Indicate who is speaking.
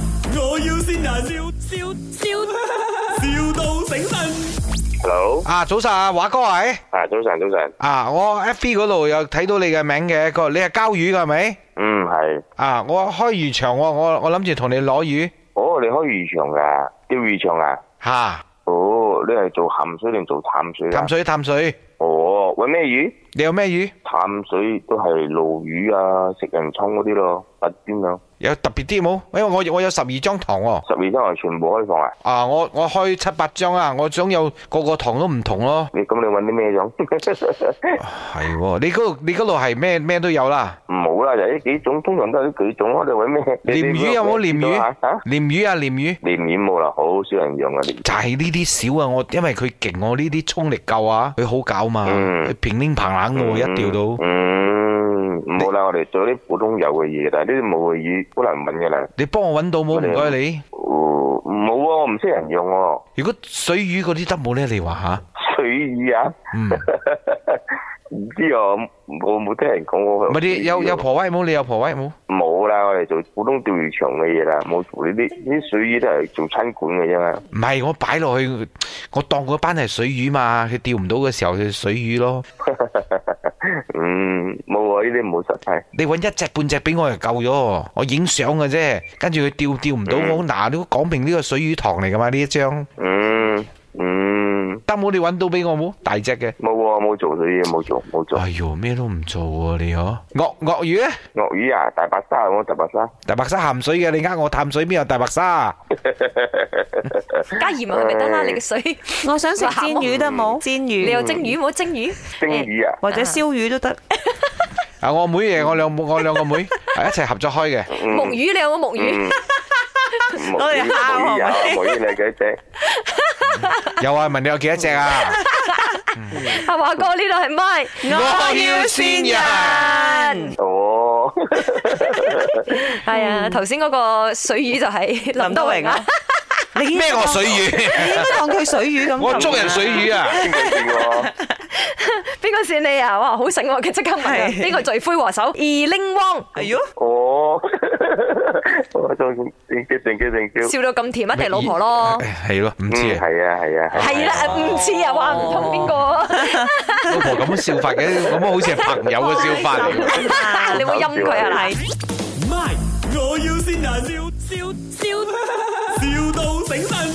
Speaker 1: 要先人，笑笑笑， 笑到醒神。
Speaker 2: Hello，
Speaker 3: 啊，早晨啊，華哥係
Speaker 2: 啊，早晨，早晨，
Speaker 3: 啊，我 FB 嗰度有睇到你嘅名嘅，佢話你係交魚嘅係咪？
Speaker 2: 嗯係，
Speaker 3: 啊，我開魚場喎，我我諗住同你攞魚
Speaker 2: 哦，你開魚場噶，釣魚場啊，
Speaker 3: 吓，
Speaker 2: 哦，你係做鹹水定做淡水啊
Speaker 3: 淡？水淡水，
Speaker 2: 哦，喂咩魚？
Speaker 3: 你有咩魚？
Speaker 2: 淡水都係鱸魚啊，食人葱嗰啲咯，拔尖咯，
Speaker 3: 有特別啲冇？因為我我有十二張堂喎，
Speaker 2: 十二生係全部開放啊？
Speaker 3: 啊，我我開七八張啊，我想有個個堂都唔同咯。
Speaker 2: 你咁你搵啲咩 種？
Speaker 3: 係喎，你嗰度你嗰度係咩咩都有啦，
Speaker 2: 唔好啦，就呢幾種，通常都係呢幾種咯。你搵咩？你
Speaker 3: 鯰魚有冇鯰魚
Speaker 2: 啊？
Speaker 3: 鯰魚啊鯰魚，
Speaker 2: 鯰魚冇啦，好少人養啊！鯰魚
Speaker 3: 就係呢啲少啊，我因為佢勁我呢啲衝力夠啊，佢好搞嘛，
Speaker 2: 嗯
Speaker 3: 佢平拎棒冷我一
Speaker 2: Ừ.
Speaker 3: 釣到。
Speaker 2: 嗯，冇啦，我哋做啲普通有嘅嘢，但係呢啲冇嘅魚好難揾嘅啦。
Speaker 3: 你幫我揾到冇？
Speaker 2: 我哋
Speaker 3: 唔該你。
Speaker 2: 哦，冇啊，我唔識人用喎，
Speaker 3: 如果水魚嗰啲得冇呢？你話吓？
Speaker 2: 水魚啊，
Speaker 3: 嗯，
Speaker 2: 唔知啊，我冇聽人講我。
Speaker 3: 唔係你有有
Speaker 2: 婆
Speaker 3: 婆威冇？你有婆威冇？
Speaker 2: 冇啦，我哋做普通釣魚場嘅嘢啦，冇做呢啲呢啲水魚都係做餐館嘅啫嘛。
Speaker 3: 唔係，我擺落去，我當嗰班係水魚嘛，佢釣唔到嘅時候就水魚咯。
Speaker 2: 嗯，冇啊，呢啲冇實體。
Speaker 3: 你揾一隻半隻俾我就夠咗，我影相嘅啫。跟住佢釣釣唔到，
Speaker 2: 嗯
Speaker 3: 我嗱，你都講明呢個水魚塘嚟噶嘛？呢一張
Speaker 2: 嗯嗯，
Speaker 3: 得冇？你揾到俾我冇？大隻嘅。
Speaker 2: 冇啊，冇做水魚，冇做冇做。
Speaker 3: 哎呦，咩都唔做喎、你嗬、鱷鱷魚咧，
Speaker 2: 鱷魚啊，大白鯊有冇大白鯊？
Speaker 3: 大白鯊鹹水嘅，你呃我淡水邊有大白鯊？啊
Speaker 4: 加鹽係咪得啦？你嘅水，
Speaker 5: 我想食煎魚得冇？煎魚， 嗯
Speaker 4: 你有蒸魚冇蒸魚？
Speaker 2: 蒸魚啊？
Speaker 5: 或者燒魚都 得。
Speaker 3: 啊，我妹嘅，我兩我兩個妹係一齊合作開嘅。
Speaker 2: 嗯
Speaker 4: 木魚你有冇木 魚？
Speaker 2: 嗯，木
Speaker 5: 攞嚟
Speaker 2: 魚
Speaker 5: 烤
Speaker 2: 木魚啊，
Speaker 5: 係咪
Speaker 2: 木魚你幾隻？
Speaker 3: 有啊，問你有幾多隻啊？
Speaker 4: 阿華哥呢度係咪？
Speaker 3: 我要先人。
Speaker 2: 哦，
Speaker 4: 係啊，頭先嗰個水魚就係林
Speaker 5: 林德
Speaker 4: 德
Speaker 5: 榮
Speaker 4: 榮 啊
Speaker 5: 啊。，你已經
Speaker 3: 咩我水
Speaker 5: 當
Speaker 3: 魚？啊
Speaker 5: 你已經當佢水魚咁。
Speaker 3: 我捉人水。魚啊！
Speaker 2: 邊個先喎？
Speaker 4: 邊個先你啊？哇，好醒我嘅，即刻問啊
Speaker 5: 係
Speaker 4: 邊個罪魁禍首？二拎汪
Speaker 5: 哎呦，
Speaker 2: 哦， 我仲正叫正叫正叫，
Speaker 4: 笑到咁甜，一定係老婆咯。
Speaker 3: 係咯，唔
Speaker 2: 嗯，
Speaker 3: 知啊，
Speaker 2: 係啊係啊，
Speaker 4: 係啦，唔似啊，話唔通邊個 啊？
Speaker 3: 嗯老婆咁樣笑法嘅，咁樣好似係朋友嘅笑法嚟喎。
Speaker 4: 你會陰佢啊？嗱
Speaker 5: 係。
Speaker 1: My，我要先人，笑笑笑，笑到醒神。